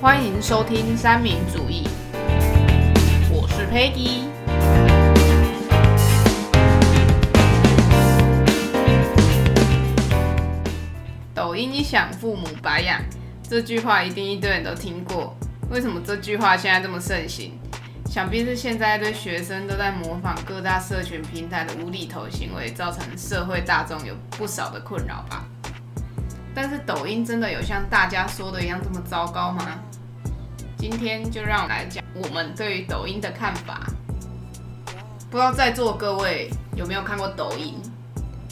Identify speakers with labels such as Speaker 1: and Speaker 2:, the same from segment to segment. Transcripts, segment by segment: Speaker 1: 欢迎收听三民主义，我是 Peggy。抖音一响，父母白养，这句话一定一堆人都听过。为什么这句话现在这么盛行？想必是现在一堆学生都在模仿各大社群平台的无厘头行为，造成社会大众有不少的困扰吧。但是抖音真的有像大家说的一样这么糟糕吗？今天就让我来讲我们对于抖音的看法。不知道在座各位有没有看过抖音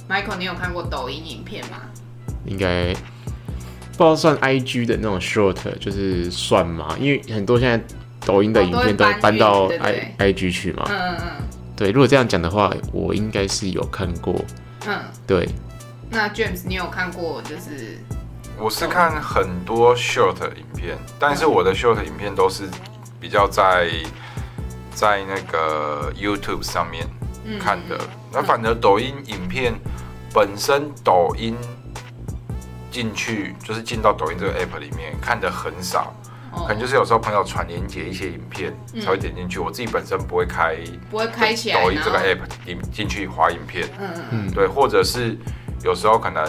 Speaker 1: ？Michael，你有看过抖音影片吗？
Speaker 2: 应该不知道算 IG 的那种 short，就是算吗？因为很多现在抖音的影片都
Speaker 1: 哦都会搬
Speaker 2: 搬到
Speaker 1: 运对
Speaker 2: I IG 去嘛。
Speaker 1: 嗯嗯
Speaker 2: 对，如果这样讲的话，我应该是有看过。
Speaker 1: 嗯。
Speaker 2: 对，
Speaker 1: 那 James，你有看过就是
Speaker 3: 我是看很多 short 影片，但是我的 short 影片都是比较在在那个 YouTube 上面
Speaker 1: 嗯
Speaker 3: 看的。那反而抖音影片本身，抖音进去就是进到抖音这个 app 里面看的很少，
Speaker 1: 哦
Speaker 3: 可能就是有时候朋友传连接一些影片
Speaker 1: 嗯
Speaker 3: 才会点进去。我自己本身不会开
Speaker 1: 不会开起来，
Speaker 3: 抖音这个
Speaker 1: 然后
Speaker 3: app 进进去滑影片。
Speaker 1: 嗯嗯嗯
Speaker 2: 嗯，
Speaker 3: 对，或者是有时候可能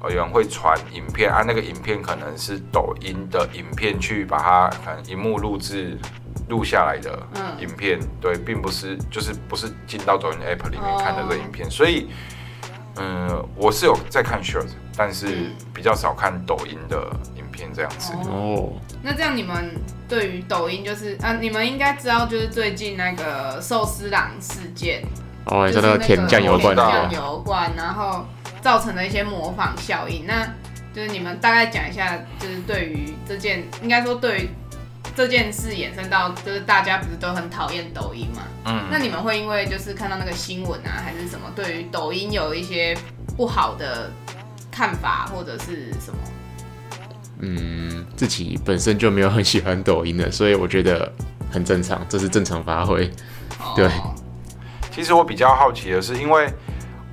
Speaker 3: 呃有人会传影片啊，那个影片可能是抖音的影片去把它可能荧幕录制录下来的
Speaker 1: 嗯
Speaker 3: 影片，对，并不是就是不是进到抖音 app 里面看的这个
Speaker 1: 哦
Speaker 3: 影片，所以嗯，我是有在看 short，但是
Speaker 1: 嗯
Speaker 3: 比较少看抖音的影片这样子。
Speaker 1: 哦
Speaker 2: 哦，
Speaker 1: 那这样你们对于抖音就是啊，你们应该知道就是最近那个寿司郎事件，
Speaker 2: 哦，你
Speaker 1: 就是
Speaker 2: 说那个甜酱油罐
Speaker 3: 的
Speaker 1: 甜
Speaker 2: 那
Speaker 1: 酱
Speaker 2: 个，
Speaker 1: 油罐，然后造成的一些模仿效应。那就是你们大概讲一下，就是对于这件，应该说对于这件事衍生到，就是大家不是都很讨厌抖音嘛？
Speaker 3: 嗯
Speaker 1: 那你们会因为就是看到那个新闻啊，还是什么，对于抖音有一些不好的看法或者是什么？
Speaker 2: 嗯，自己本身就没有很喜欢抖音的，所以我觉得很正常，这是正常发挥。
Speaker 1: 哦
Speaker 2: 对
Speaker 3: 其实我比较好奇的是，因为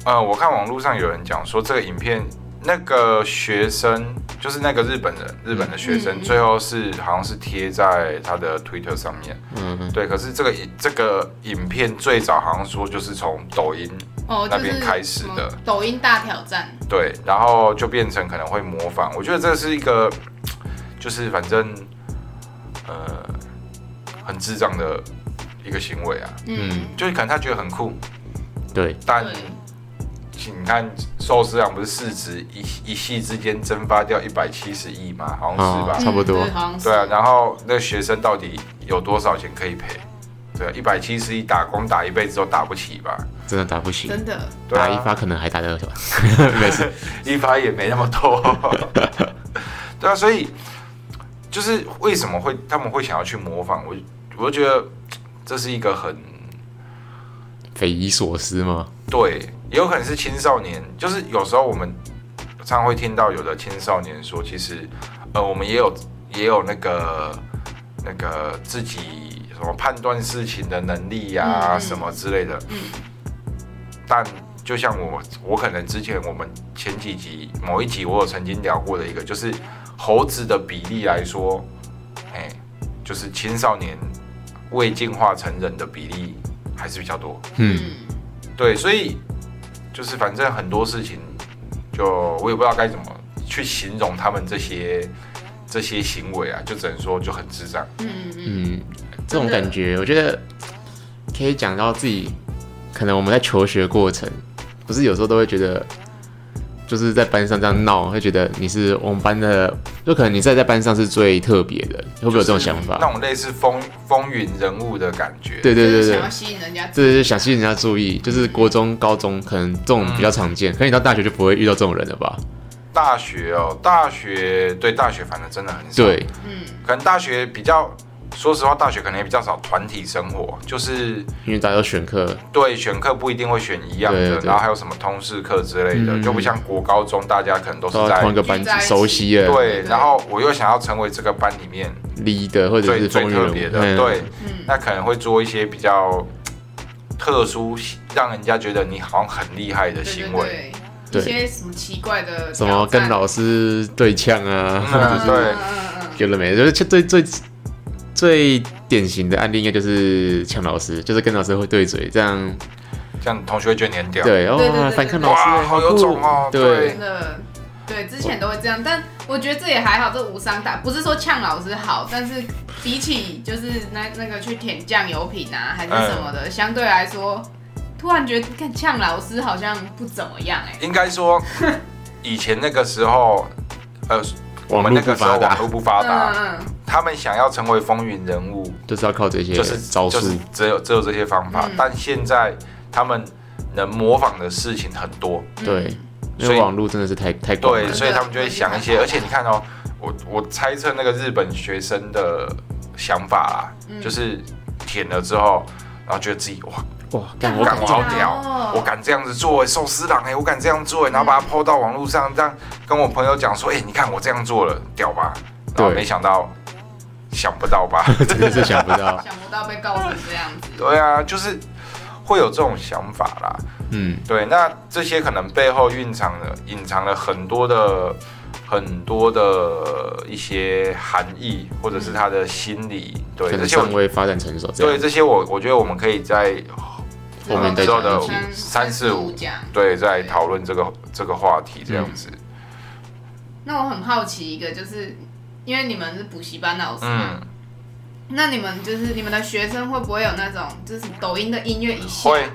Speaker 3: 呃，我看网络上有人讲说，这个影片那个学生就是那个日本人，日本的学生，
Speaker 1: 嗯
Speaker 3: 最后是好像是贴在他的 Twitter 上面。
Speaker 2: 嗯，
Speaker 3: 对，可是这个影这个影片最早好像说就是从抖音
Speaker 1: 哦，
Speaker 3: 那
Speaker 1: 就是
Speaker 3: 边开始的
Speaker 1: 什么抖音大挑战。
Speaker 3: 对，然后就变成可能会模仿。我觉得这是一个，就是反正呃很智障的一个行为啊，
Speaker 1: 嗯
Speaker 2: 嗯，
Speaker 3: 就是可能他觉得很酷，
Speaker 2: 对，
Speaker 3: 但
Speaker 1: 对
Speaker 3: 你看寿司啊郎不是市值一一夕之间蒸发掉一百七十亿吗？好像是吧？
Speaker 2: 哦差不多
Speaker 1: 嗯对好像是
Speaker 3: 对啊，然后那学生到底有多少钱可以赔？对、啊，一百七十亿打工打一辈子都打不起吧？
Speaker 2: 真的打不起，
Speaker 1: 真的，
Speaker 3: 对
Speaker 2: 打
Speaker 3: 啊，
Speaker 2: 一发可能还打得到， 没事。
Speaker 3: 一发也没那么多。 对啊，所以就是为什么会他们会想要去模仿我？我就觉得这是一个很
Speaker 2: 匪夷所思吗？
Speaker 3: 对，也有可能是青少年，就是有时候我们常常会听到有的青少年说，其实呃，我们也有也有那个那个自己什么判断事情的能力呀、
Speaker 1: 嗯嗯
Speaker 3: 什么之类的。但就像我，我可能之前我们前几集某一集我有曾经聊过的一个，就是猴子的比例来说，哎、就是青少年未进化成人的比例还是比较多。
Speaker 2: 嗯，
Speaker 1: 嗯，
Speaker 3: 对，所以就是反正很多事情，就我也不知道该怎么去形容他们这些这些行为啊，就只能说就很智障。
Speaker 1: 嗯嗯
Speaker 2: 嗯，这种感觉，我觉得可以讲到自己，可能我们在求学过程，不是有时候都会觉得，就是在班上这样闹，会觉得你是我们班的，就可能你在在班上是最特别的，会不会有这种想法？
Speaker 3: 那种类似风风云人物的感觉。
Speaker 2: 对对
Speaker 1: 就
Speaker 2: 对
Speaker 1: 是
Speaker 2: 对
Speaker 1: 想要，吸引人家，
Speaker 2: 这就是想吸引人家注意，就是国中、高中可能这种比较常见，可能你到大学就不会遇到这种人了吧？
Speaker 3: 大学哦，大学对大学反正真的很少。，
Speaker 2: 对，
Speaker 1: 嗯，
Speaker 3: 可能大学比较，说实话，大学可能也比较少团体生活，就是
Speaker 2: 因为大家都选课，
Speaker 3: 对选课不一定会选一样的，
Speaker 2: 对对
Speaker 3: 然后还有什么通识课之类的，
Speaker 2: 嗯
Speaker 3: 就不像国高中大家可能都是
Speaker 2: 都
Speaker 3: 在
Speaker 2: 在同一个班级
Speaker 1: 聚在一起
Speaker 2: 熟悉的
Speaker 1: 对
Speaker 3: 对，然后我又想要成为这个班里面
Speaker 2: leader 或者
Speaker 3: 最
Speaker 2: 是
Speaker 3: 最
Speaker 2: 风云人
Speaker 3: 特
Speaker 2: 物
Speaker 3: 别的，
Speaker 2: 嗯
Speaker 3: 对，
Speaker 1: 嗯
Speaker 3: 那可能会做一些比较特殊，让人家觉得你好像很厉害
Speaker 1: 对
Speaker 3: 的
Speaker 1: 对
Speaker 3: 行为。
Speaker 1: 对，
Speaker 2: 对
Speaker 1: 一些什么奇怪的
Speaker 2: 什么
Speaker 1: 挑战
Speaker 2: 跟老师对呛啊，
Speaker 3: 嗯
Speaker 1: 嗯
Speaker 3: 对
Speaker 1: 嗯嗯嗯嗯，
Speaker 2: 有了没？就是最最最典型的案例，应该就是抢老师，就是跟老师会对嘴，这样
Speaker 3: 这样同学会觉得你很屌。
Speaker 2: 对
Speaker 1: 对对
Speaker 2: 哦
Speaker 1: 对，
Speaker 2: 反抗
Speaker 1: 对
Speaker 2: 老师，
Speaker 3: 啊哇好有
Speaker 2: 酷
Speaker 3: 种哦
Speaker 2: 对
Speaker 3: 对
Speaker 1: 嗯真的，对，之前都会这样，但我觉得这也还好，这无伤大，不是说呛老师好，但是比起就是那那个去舔酱油瓶啊，还是什么
Speaker 3: 嗯
Speaker 1: 的，相对来说，突然觉得看呛老师好像不怎么样哎、
Speaker 3: 应 该说以前那个时候，呃，我们那个时候
Speaker 2: 网络不发达
Speaker 3: 网络不发达，
Speaker 1: 嗯嗯，
Speaker 3: 他们想要成为风云人物，
Speaker 2: 就是要靠这些
Speaker 3: 就是
Speaker 2: 招
Speaker 3: 就
Speaker 2: 数
Speaker 3: 是，只有只有这些方法
Speaker 1: 嗯，
Speaker 3: 但现在他们能模仿的事情很多，
Speaker 1: 嗯
Speaker 2: 对，因
Speaker 3: 所
Speaker 2: 为
Speaker 3: 以
Speaker 2: 网络真的是太太广
Speaker 3: 对，
Speaker 2: 了，
Speaker 3: 所以他们就会想一些，
Speaker 1: 嗯
Speaker 3: 而且你看哦，我我猜测那个日本学生的想法啦，
Speaker 1: 嗯
Speaker 3: 就是舔了之后，然后觉得自己哇，
Speaker 2: 哇，干我
Speaker 3: 我
Speaker 2: 敢
Speaker 3: 敢
Speaker 1: 好
Speaker 3: 我
Speaker 2: 做
Speaker 3: 好
Speaker 1: 屌
Speaker 3: 屌
Speaker 1: 哦，嗯
Speaker 3: 我敢这样子做、欸，寿司郎哎、欸，我敢这样做、欸，然后把它抛到网络上，这样跟我朋友讲说，哎、你看我这样做了，屌吧？然后
Speaker 2: 对
Speaker 3: 没想到，想不到 吧？
Speaker 2: 真的是想不到，
Speaker 1: 嗯想不到被告成这样子，
Speaker 3: 对啊，就是会有这种想法啦。
Speaker 2: 嗯，
Speaker 3: 对，那这些可能背后蕴藏了隐藏了很多的很多的一些含义，或者是他的心理。对，
Speaker 2: 可
Speaker 3: 这
Speaker 2: 能
Speaker 3: 些我
Speaker 2: 尚未发展成熟，这
Speaker 3: 对
Speaker 2: 样
Speaker 3: 这些我我觉得我们可以在
Speaker 2: 后面再
Speaker 1: 之后
Speaker 2: 讲
Speaker 1: 的
Speaker 3: 三
Speaker 1: 三
Speaker 3: 四五
Speaker 1: 讲。
Speaker 3: 对在讨论这个这个话题这样子。
Speaker 1: 那我很好奇一个，就是因为你们是补习班老师嘛，
Speaker 3: 嗯，
Speaker 1: 那你们就是你们的学生会不会有那种就是抖音的音乐一下，
Speaker 3: 会。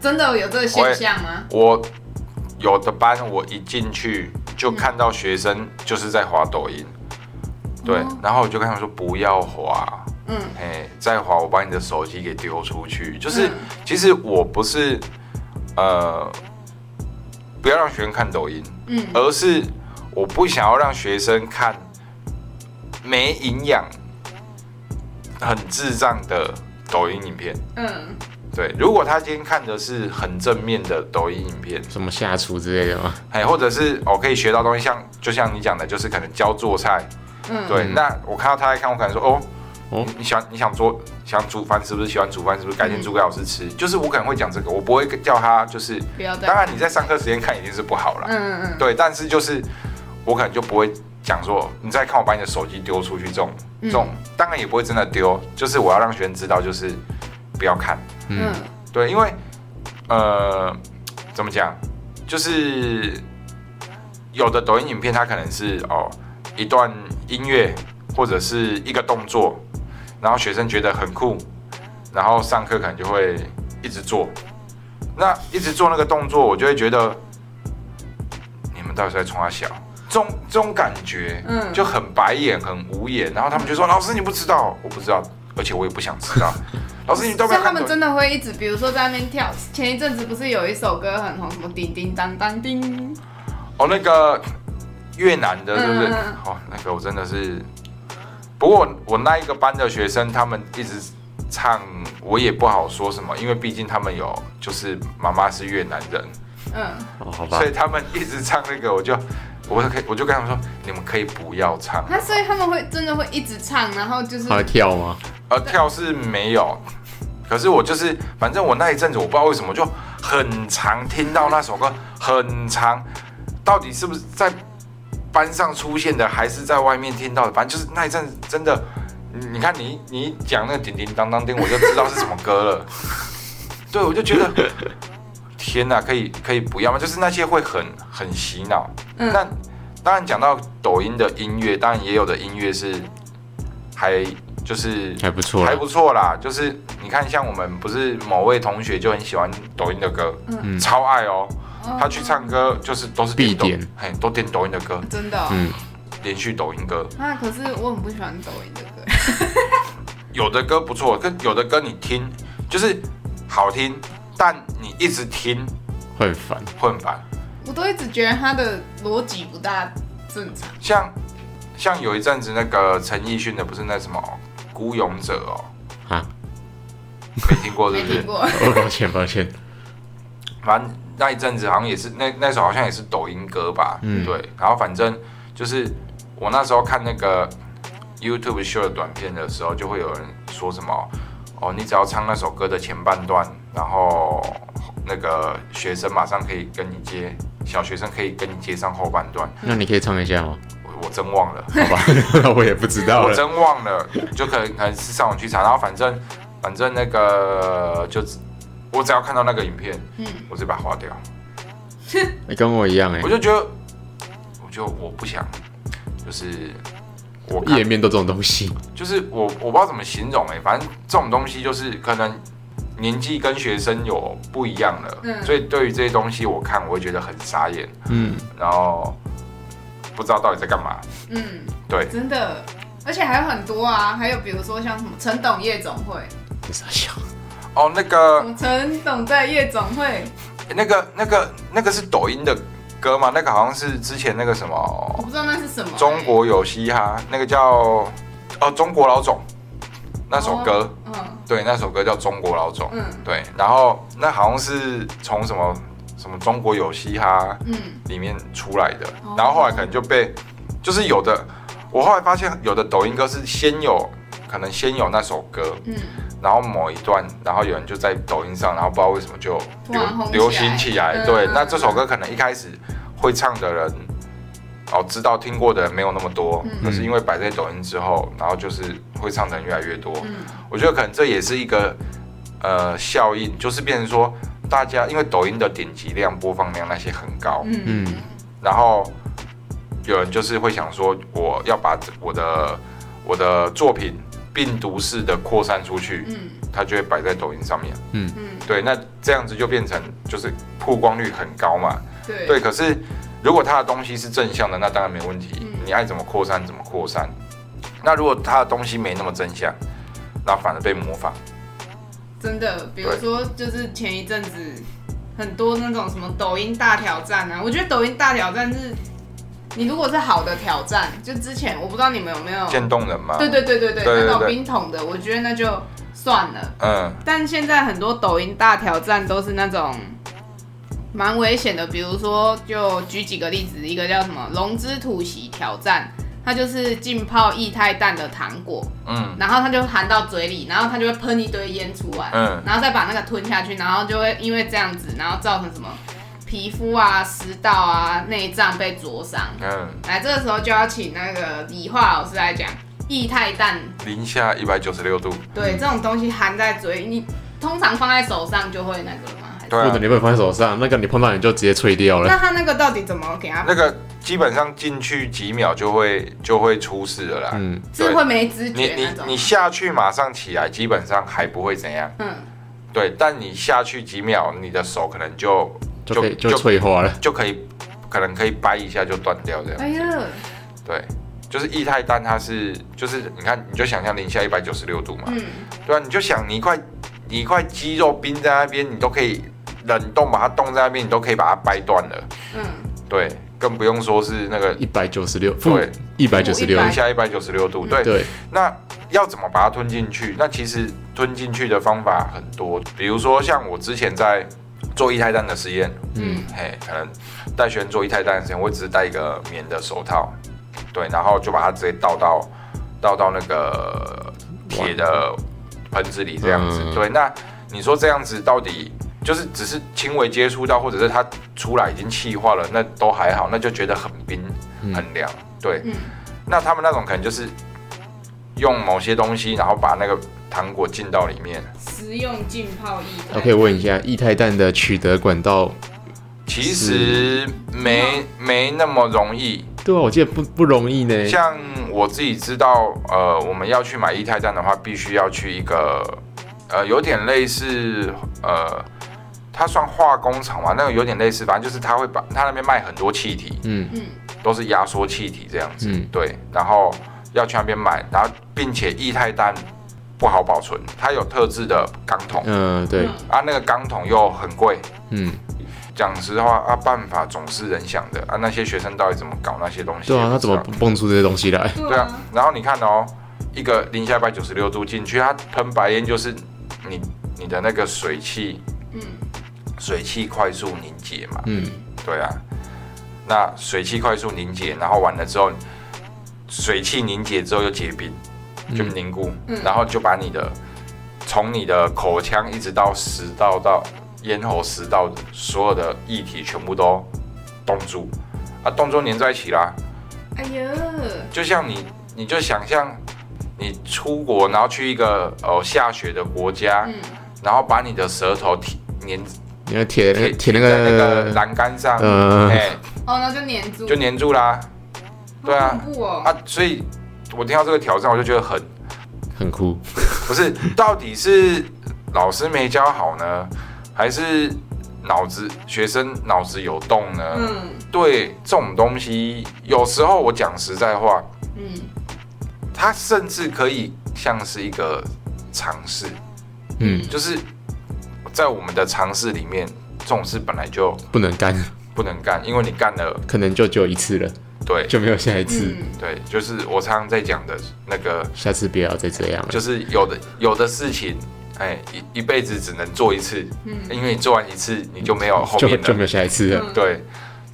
Speaker 1: 真的有这个现象吗？
Speaker 3: 我有的班我一进去就看到学生就是在滑抖音，对
Speaker 1: 哦，
Speaker 3: 然后我就跟他们说不要滑，
Speaker 1: 嗯，
Speaker 3: 哎，再滑我把你的手机给丢出去。就是
Speaker 1: 嗯
Speaker 3: 其实我不是呃，不要让学生看抖音，
Speaker 1: 嗯
Speaker 3: 而是我不想要让学生看没营养、很智障的抖音影片。
Speaker 1: 嗯，
Speaker 3: 对，如果他今天看的是很正面的抖音影片，
Speaker 2: 什么下厨之类的 嘛，
Speaker 3: 哎，或者是我、哦、可以学到东西，像就像你讲的，就是可能教做菜。
Speaker 1: 嗯
Speaker 3: 对，
Speaker 2: 嗯
Speaker 3: 那我看到他在看，我可能说哦，
Speaker 2: 哦
Speaker 3: 你你想你想做想煮饭是不是？喜欢煮饭是不是？
Speaker 1: 嗯
Speaker 3: 改天煮给老师吃。就是我可能会讲这个，我不会叫他就是，
Speaker 1: 不要再
Speaker 3: 当然你在上课时间看一定是不好啦。
Speaker 1: 嗯嗯
Speaker 3: 对，但是就是我可能就不会讲说你再看我把你的手机丢出去这种、
Speaker 1: 嗯
Speaker 3: 这种，当然也不会真的丢，就是我要让学生知道，就是不要看。
Speaker 1: 嗯
Speaker 2: 嗯，
Speaker 3: 对，因为呃，怎么讲，就是有的抖音影片它可能是哦一段音乐或者是一个动作，然后学生觉得很酷，然后上课可能就会一直做，那一直做那个动作，我就会觉得你们到底是在冲他小。这种这种感觉，
Speaker 1: 嗯
Speaker 3: 就很白眼，很无眼，然后他们就说：“老师，你不知道，我不知道，而且我也不想 知道。”老师，你都
Speaker 1: 所
Speaker 3: 没有
Speaker 1: 以他
Speaker 3: 看抖
Speaker 1: 们
Speaker 3: 音
Speaker 1: 真的会一直，比如说在那边跳。前一阵子不是有一首歌很红，什么叮叮当当叮，
Speaker 3: 哦，那个越南的，是不是？
Speaker 1: 嗯嗯
Speaker 3: 哦，那个我真的是，不过我我那一个班的学生，他们一直唱，我也不好说什么，因为毕竟他们有，就是妈妈是越南人，
Speaker 1: 嗯，
Speaker 2: 哦，好吧
Speaker 3: 所，以他们一直唱那个，我就。我就可以，我就跟他们说，你们可以不要唱。
Speaker 1: 那所以他们会真的会一直唱，然后就是
Speaker 2: 他会跳吗？
Speaker 3: 呃，跳是没有，可是我就是，反正我那一阵子我不知道为什么就很常听到那首歌，很常，到底是不是在班上出现的，还是在外面听到的？反正就是那一阵子真的，你你看你你一讲那个叮叮当当叮，我就知道是什么歌了。 对，我就觉得天哪，可以可以不要吗？就是那些会很很洗脑。
Speaker 1: 嗯
Speaker 3: 那当然讲到抖音的音乐，当然也有的音乐是还就是
Speaker 2: 还不错啦
Speaker 3: 还不错啦。就是你看，像我们不是某位同学就很喜欢抖音的歌，
Speaker 2: 嗯
Speaker 3: 超爱哦。
Speaker 1: 哦
Speaker 3: 他去唱歌就是都是
Speaker 2: 必
Speaker 3: 抖
Speaker 2: 点，
Speaker 3: 嘿，都点抖音的歌，
Speaker 1: 真的、哦。
Speaker 2: 嗯，
Speaker 3: 连续抖音歌。
Speaker 1: 啊，可是我很不喜欢抖音的歌。
Speaker 3: 有的歌不错，跟有的歌你听就是好听，但你一直听
Speaker 2: 会很烦，
Speaker 3: 会很烦。
Speaker 1: 我都一直觉得他的逻辑不大正常。
Speaker 3: 像像有一阵子那个陈奕迅的不是那什么《孤勇者》哦，
Speaker 2: 啊，
Speaker 3: 没听过是
Speaker 1: 没
Speaker 3: 不是
Speaker 1: 听？过，
Speaker 2: 哦抱歉抱歉，
Speaker 3: 反正那一阵子好像也是那那首好像也是抖音歌吧，
Speaker 2: 嗯
Speaker 3: 对。然后反正就是我那时候看那个 YouTube show 的短片的时候，就会有人说什么哦，你只要唱那首歌的前半段，然后那个学生马上可以跟你接，小学生可以跟你接上后半段。
Speaker 2: 那你可以唱一下吗？
Speaker 3: 我我真忘了，
Speaker 2: 好吧， 那我也不知道
Speaker 3: 我
Speaker 2: 了。
Speaker 3: 真忘了，就可能可能是上网去查，然后反正反正那个就我只要看到那个影片，
Speaker 1: 嗯，
Speaker 3: 我就把它划掉。
Speaker 2: 你跟我一样哎
Speaker 3: 我，就觉得，我就我不想，就是我看
Speaker 2: 页面都这种东西，
Speaker 3: 就是我我不知道怎么形容哎、反正这种东西就是可能年纪跟学生有不一样了，
Speaker 1: 嗯
Speaker 3: 所以对于这些东西我看我会觉得很傻眼，
Speaker 2: 嗯，
Speaker 3: 然后不知道到底在干嘛。
Speaker 1: 嗯，
Speaker 3: 对
Speaker 1: 真的，而且还有很多啊，还有比如说像什么陈董夜总会，
Speaker 2: 你傻笑。
Speaker 3: 哦，那
Speaker 1: 什
Speaker 3: 个
Speaker 1: 么陈董在夜总会，
Speaker 3: 那个那个那个是抖音的歌吗？那个好像是之前那个什
Speaker 1: 我
Speaker 3: 么
Speaker 1: 不知道那是什么欸、
Speaker 3: 中国有嘻哈，那个叫哦中国老总那首歌，
Speaker 1: 哦，
Speaker 3: 对，那首歌叫《中国老总》。
Speaker 1: 嗯嗯
Speaker 3: 对，然后那好像是从什么什么中国有嘻哈
Speaker 1: 嗯，
Speaker 3: 里面出来的
Speaker 1: 哦，
Speaker 3: 然后后来可能就被，就是有的，我后来发现有的抖音歌是先有，可能先有那首歌，
Speaker 1: 嗯，
Speaker 3: 然后某一段，然后有人就在抖音上，然后不知道为什么就
Speaker 1: 突然红
Speaker 3: 流
Speaker 1: 起来
Speaker 3: 流行起来。
Speaker 1: 嗯
Speaker 3: 对
Speaker 1: 嗯，
Speaker 3: 那这首歌可能一开始会唱的人，哦，知道听过的人没有那么多
Speaker 1: 嗯，
Speaker 3: 可是因为摆在抖音之后，然后就是会唱的人越来越多。
Speaker 1: 嗯
Speaker 3: 我觉得可能这也是一个呃效应，就是变成说大家因为抖音的点击量、播放量那些很高，
Speaker 1: 嗯嗯
Speaker 2: 嗯
Speaker 3: 然后有人就是会想说，我要把我的我的作品病毒式的扩散出去，
Speaker 1: 嗯
Speaker 3: 它就会摆在抖音上面。
Speaker 1: 嗯，
Speaker 3: 对，那这样子就变成就是曝光率很高嘛。
Speaker 1: 对
Speaker 3: 对，可是如果他的东西是正向的，那当然没问题
Speaker 1: 嗯，
Speaker 3: 你爱怎么扩散怎么扩散。那如果他的东西没那么正向，那反而被模仿。
Speaker 1: 真的，比如说就是前一阵子很多那种什么抖音大挑战啊，我觉得抖音大挑战是，你如果是好的挑战，就之前我不知道你们有没有，
Speaker 3: 渐冻人嘛。
Speaker 1: 哦对对对对对，
Speaker 3: 对对对
Speaker 1: 那种冰桶的，我觉得那就算了。
Speaker 3: 嗯，
Speaker 1: 但现在很多抖音大挑战都是那种蛮危险的，比如说就举几个例子，一个叫什么龙之吐息挑战，它就是浸泡液态氮的糖果，
Speaker 3: 嗯
Speaker 1: 然后它就含到嘴里，然后它就会喷一堆烟出来，
Speaker 3: 嗯
Speaker 1: 然后再把那个吞下去，然后就会因为这样子，然后造成什么皮肤啊、食道啊、内脏被灼伤。
Speaker 3: 嗯，
Speaker 1: 来，这个时候就要请那个理化老师来讲液态氮
Speaker 3: 零下一百九十六度，
Speaker 1: 对，这种东西含在嘴，你通常放在手上就会那个了吗？还是
Speaker 3: 对
Speaker 2: 不
Speaker 3: 啊
Speaker 2: 能，你会放在手上，那个你碰到你就直接脆掉了
Speaker 1: 那。它那个到底怎么给它？
Speaker 3: 那个基本上进去几秒就会就会出事了啦。
Speaker 2: 嗯，
Speaker 1: 是会没知
Speaker 3: 你
Speaker 1: 觉
Speaker 3: 你
Speaker 1: 那种
Speaker 3: 你？下去马上起来，基本上还不会怎样。
Speaker 1: 嗯，
Speaker 3: 对，但你下去几秒，你的手可能就
Speaker 2: 就可以就脆化了。
Speaker 3: 就可以，可能可以掰一下就断掉这样。
Speaker 1: 哎呀，
Speaker 3: 对，就是液态氮，它是就是你看，你就想象零下一百九十六度嘛，
Speaker 1: 嗯，
Speaker 3: 对啊，你就想你一块你一块鸡肉冰在那边，你都可以冷冻把它冻在那边，你都可以把它掰断了。
Speaker 1: 嗯，
Speaker 3: 对，更不用说是那个
Speaker 2: 一百九十六，负
Speaker 3: 对
Speaker 2: 一百九十六，
Speaker 1: 196
Speaker 3: 零下一百九十六度。
Speaker 1: 嗯
Speaker 3: 对，
Speaker 2: 对，
Speaker 3: 那要怎么把它吞进去？那其实吞进去的方法很多，比如说像我之前在做液态氮的实验，
Speaker 1: 嗯，
Speaker 3: 嘿，可能带学员做液态氮的实验，我只是戴一个棉的手套，对，然后就把它直接倒到倒到那个铁的盆子里这样子。
Speaker 2: 嗯
Speaker 3: 对，那你说这样子到底？就是只是轻微接触到，或者是它出来已经气化了，那都还好，那就觉得很冰、
Speaker 2: 嗯
Speaker 3: 很凉。对，
Speaker 1: 嗯
Speaker 3: 那他们那种可能就是用某些东西，然后把那个糖果浸到里面。
Speaker 1: 食用浸泡液态。
Speaker 2: 我可以问一下，液态氮的取得管道？
Speaker 3: 其实没没那么容易，
Speaker 2: 对啊，我记得不不容易呢。
Speaker 3: 像我自己知道，呃，我们要去买液态氮的话，必须要去一个，呃，有点类似，呃，它算化工厂嘛，那个有点类似，反正就是它会把它那边卖很多气体，
Speaker 2: 嗯
Speaker 1: 嗯
Speaker 3: 都是压缩气体这样子，
Speaker 2: 嗯
Speaker 3: 对，然后要去那边买，然后并且液态氮不好保存，它有特制的钢桶，
Speaker 2: 嗯，对，
Speaker 1: 嗯
Speaker 3: 啊，那个钢桶又很贵。
Speaker 2: 嗯，
Speaker 3: 讲实话啊，办法总是人想的啊。那些学生到底怎么搞那些东西？
Speaker 2: 对啊，
Speaker 3: 也
Speaker 2: 它
Speaker 3: 不知
Speaker 2: 怎么
Speaker 3: 道
Speaker 2: 蹦出这些东西来？
Speaker 1: 对
Speaker 3: 对啊
Speaker 1: 啊，，
Speaker 3: 然后你看哦，一个零下一百九十六度进去，它喷白烟就是你你的那个水汽，
Speaker 1: 嗯
Speaker 3: 水汽快速凝结嘛。
Speaker 2: 嗯，
Speaker 3: 对啊，那水汽快速凝结，然后完了之后，水汽凝结之后又结冰，就
Speaker 2: 嗯
Speaker 3: 凝固，
Speaker 1: 嗯
Speaker 3: 然后就把你的从你的口腔一直到食道到咽喉食道所有的液体全部都冻住，啊，冻住粘在一起啦。
Speaker 1: 哎呀，
Speaker 3: 就像你，你就想象你出国，然后去一个哦下雪的国家，
Speaker 1: 嗯，
Speaker 3: 然后把你的舌头贴粘
Speaker 2: 你要铁
Speaker 3: 贴
Speaker 2: 铁呃那
Speaker 3: 在那个
Speaker 2: 个，
Speaker 3: 栏杆上，
Speaker 2: 呃
Speaker 3: 哎、
Speaker 1: 哦，那就粘住，
Speaker 3: 就粘住啦。对
Speaker 1: 好
Speaker 3: 啊
Speaker 1: 恐怖哦，
Speaker 3: 啊，所以我听到这个挑战，我就觉得很
Speaker 2: 很酷。
Speaker 3: 不是，到底是老师没教好呢，还是脑子学生脑子有洞呢？
Speaker 1: 嗯
Speaker 3: 对这种东西，有时候我讲实在话，
Speaker 1: 嗯，
Speaker 3: 它甚至可以像是一个尝试，
Speaker 2: 嗯，
Speaker 3: 就是在我们的尝试里面，这种事本来就
Speaker 2: 不能干，
Speaker 3: 不能干，因为你干了，可
Speaker 2: 可能就只有一次了，
Speaker 3: 对
Speaker 2: 就没有下一次。
Speaker 1: 嗯，
Speaker 3: 对，就是我常常在讲的那个，
Speaker 2: 下次不要再这样了
Speaker 3: 就。是有的有的事情，哎，一一辈子只能做一次，
Speaker 1: 嗯
Speaker 3: 因为你做完一次，你就没有后
Speaker 2: 就
Speaker 3: 面
Speaker 2: 就
Speaker 3: 的
Speaker 2: 没。有下一次了。
Speaker 1: 嗯
Speaker 3: 对，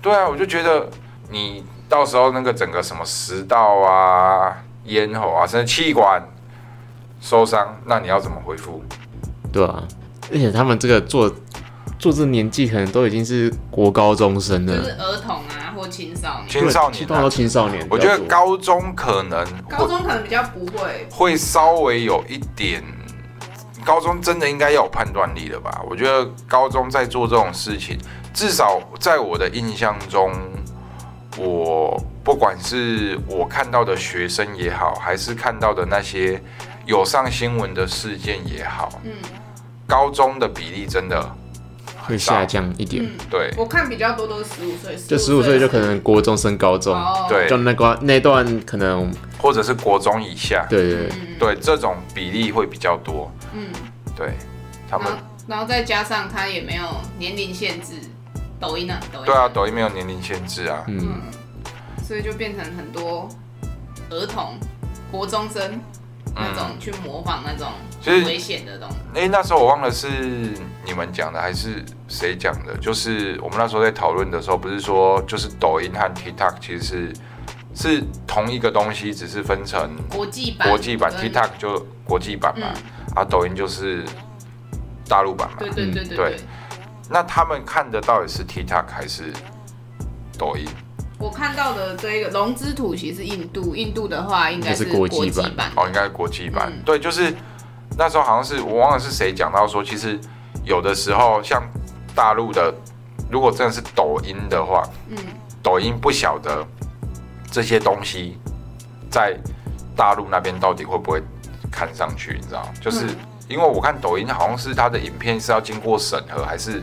Speaker 3: 对啊，我就觉得你到时候那个整个什么食道啊、咽喉啊，甚至气管受伤，那你要怎么恢复？
Speaker 2: 对啊，而且他们这个做做这年纪，可能都已经是国高中生
Speaker 1: 就
Speaker 2: 了
Speaker 1: 是，儿童啊或青少年，
Speaker 3: 青少
Speaker 2: 对
Speaker 3: 年、
Speaker 2: 通常
Speaker 3: 啊
Speaker 2: 都，青少年。
Speaker 3: 我觉得，高中可能
Speaker 1: 高
Speaker 3: 会
Speaker 1: 中可能比较不会，
Speaker 3: 会稍微有一点。高中真的应该要有判断力了吧？我觉得高中在做这种事情，至少在我的印象中，我不管是我看到的学生也好，还是看到的那些有上新闻的事件也好，
Speaker 1: 嗯
Speaker 3: 高中的比例真的
Speaker 2: 会下降一点，
Speaker 1: 嗯，
Speaker 3: 对
Speaker 1: 我看比较多都是十五岁，
Speaker 2: 就十五岁就可能国中升高中，
Speaker 1: 哦，
Speaker 3: 对
Speaker 2: 就那关那段可能
Speaker 3: 或者是国中以下，
Speaker 2: 对对
Speaker 1: 嗯，
Speaker 2: 对
Speaker 1: 嗯，
Speaker 3: 对这种比例会比较多。
Speaker 1: 嗯，
Speaker 3: 对他
Speaker 1: 然
Speaker 3: 们
Speaker 1: 后，然后再加上他也没有年龄限制，抖音啊，抖音，
Speaker 3: 对啊，，抖音没有年龄限制啊，
Speaker 2: 嗯，
Speaker 1: 嗯，所以就变成很多儿童、国中生那种去模仿那种
Speaker 3: 嗯其实
Speaker 1: 危险的东西。
Speaker 3: 哎、那时候我忘了是你们讲的还是谁讲的，就是我们那时候在讨论的时候，不是说就是抖音和 TikTok 其实是是同一个东西，只是分成
Speaker 1: 国际版，嗯
Speaker 3: 国际版
Speaker 1: 跟
Speaker 3: TikTok 就国际版嘛，啊，抖音就是大陆版嘛。
Speaker 1: 对对对对
Speaker 3: 嗯对
Speaker 1: 对，
Speaker 3: 那他们看的到底是 TikTok 还是抖音？
Speaker 1: 我看到的这个龙之土其实是印度，印度的话应该
Speaker 2: 应该是
Speaker 1: 国
Speaker 2: 国
Speaker 1: 际
Speaker 2: 际版
Speaker 1: 版，
Speaker 3: 哦，应该是国际版。
Speaker 1: 嗯
Speaker 3: 对，就是那时候好像是我忘了是谁讲到说，其实有的时候像大陆的，如果真的是抖音的话，
Speaker 1: 嗯，
Speaker 3: 抖音不晓得这些东西在大陆那边到底会不会看上去，你知道？就是
Speaker 1: 嗯
Speaker 3: 因为我看抖音好像是它的影片是要经过审核，还是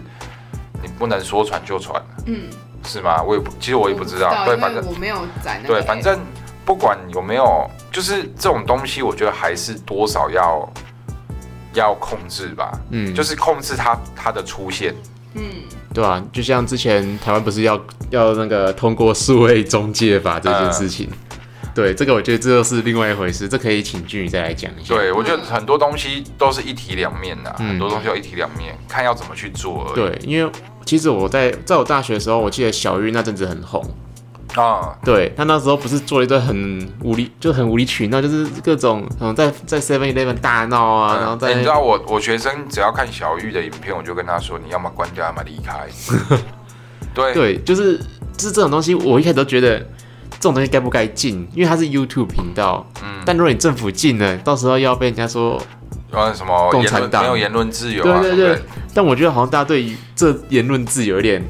Speaker 3: 你不能说传就传，
Speaker 1: 嗯，
Speaker 3: 是吗？我也不，其实我也不知道。对，
Speaker 1: 因
Speaker 3: 反
Speaker 1: 为
Speaker 3: 正
Speaker 1: 我没有在那个
Speaker 3: 对，反正不管有没有，就是这种东西，我觉得还是多少要要控制吧，
Speaker 2: 嗯
Speaker 3: 就是控制它它的出现。
Speaker 1: 嗯，
Speaker 2: 对啊，就像之前台湾不是要要那个通过数位中介法这件事情，
Speaker 3: 嗯
Speaker 2: 对这个我觉得这又是另外一回事，这可以请俊宇再来讲一下。
Speaker 3: 对，我觉得很多东西都是一体两面的、
Speaker 2: 嗯
Speaker 3: 很多东西要一体两面，看要怎么去做而已。嗯
Speaker 2: 对，因为其实我在在我大学的时候，我记得小玉那阵子很红，
Speaker 3: 啊、
Speaker 2: 对他那时候不是做了一段很无理，就很无理取闹，就是各种嗯在在 Seven Eleven 大闹啊，然后
Speaker 3: 欸
Speaker 2: 在、
Speaker 3: 你知道我我学生只要看小玉的影片，我就跟他说，你要么关掉，要么离 开。对
Speaker 2: 对，就是就是这种东西，我一开始都觉得这种东西该不该禁，因为它是 YouTube 频道，
Speaker 3: 嗯，
Speaker 2: 但如果你政府禁了，到时候要被人家说，
Speaker 3: 呃，什么
Speaker 2: 共
Speaker 3: 言
Speaker 2: 产
Speaker 3: 论
Speaker 2: 党
Speaker 3: 没有言论自由
Speaker 2: 对
Speaker 3: 啊，
Speaker 2: 对
Speaker 3: 什么
Speaker 2: 对
Speaker 3: 的，
Speaker 2: 但我觉得好像大家对于这言论自由有点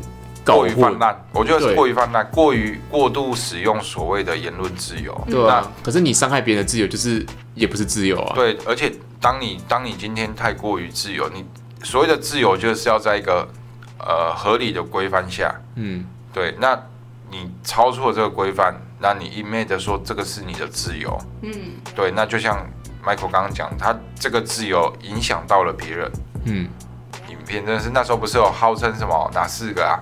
Speaker 2: 搞
Speaker 3: 过于
Speaker 2: 混
Speaker 3: 泛，滥，我觉得是
Speaker 2: 对
Speaker 3: 过于泛滥，过于过度使用所谓的言论自由。
Speaker 2: 对啊，可是你伤害别人的自由，就是也不是自由啊，
Speaker 3: 嗯对，而且当你当你今天太过于自由，你所谓的自由就是要在一个呃合理的规范下，
Speaker 2: 嗯，
Speaker 3: 对，那你超出了这个规范，那你一昧的说这个是你的自由，
Speaker 1: 嗯
Speaker 3: 对，那就像 Michael 刚刚讲，他这个自由影响到了别人。
Speaker 2: 嗯，
Speaker 3: 影片真的是那时候不是有号称什么哪四个啊？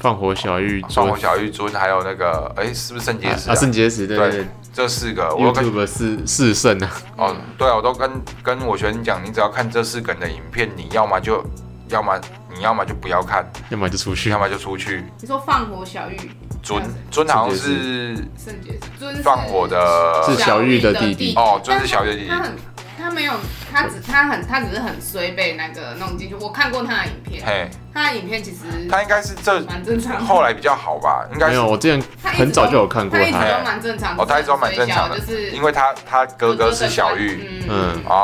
Speaker 2: 放火小玉，
Speaker 3: 双红小玉尊，还有那个哎、是不是圣洁石
Speaker 2: 啊，肾结石，对对对
Speaker 3: 对这四个，我都跟
Speaker 2: ，YouTube 是是肾啊，
Speaker 3: 哦，对啊，我都跟跟我学生讲，你只要看这四个人的影片，你要么就，要么你要么就不要看，
Speaker 2: 要么就出去
Speaker 3: 要，么就出去。
Speaker 1: 你说放火小玉，
Speaker 3: 尊
Speaker 1: 还有谁
Speaker 3: 尊好像是
Speaker 1: 圣洁尊是
Speaker 3: 放火的
Speaker 2: 是小玉的弟弟
Speaker 1: 小玉
Speaker 3: 呃哦尊是小玉的弟弟
Speaker 1: 但他他很他没有，他只他很他只是很衰被那个弄进去。我看过他的影片，
Speaker 3: 嘿，
Speaker 1: 他的影片其实
Speaker 3: 他应该是这
Speaker 1: 蛮正常的。
Speaker 3: 后来比较好吧，应该
Speaker 2: 没
Speaker 3: 是
Speaker 2: 有，我之前
Speaker 1: 他一直都
Speaker 2: 很早就有看过
Speaker 1: 他一直
Speaker 2: 他，
Speaker 1: 都蛮正常的。
Speaker 3: 哦，他一直都蛮正常的，
Speaker 1: 就是
Speaker 3: 因为他他哥哥是小玉，
Speaker 1: 嗯，
Speaker 2: 嗯，
Speaker 1: 然后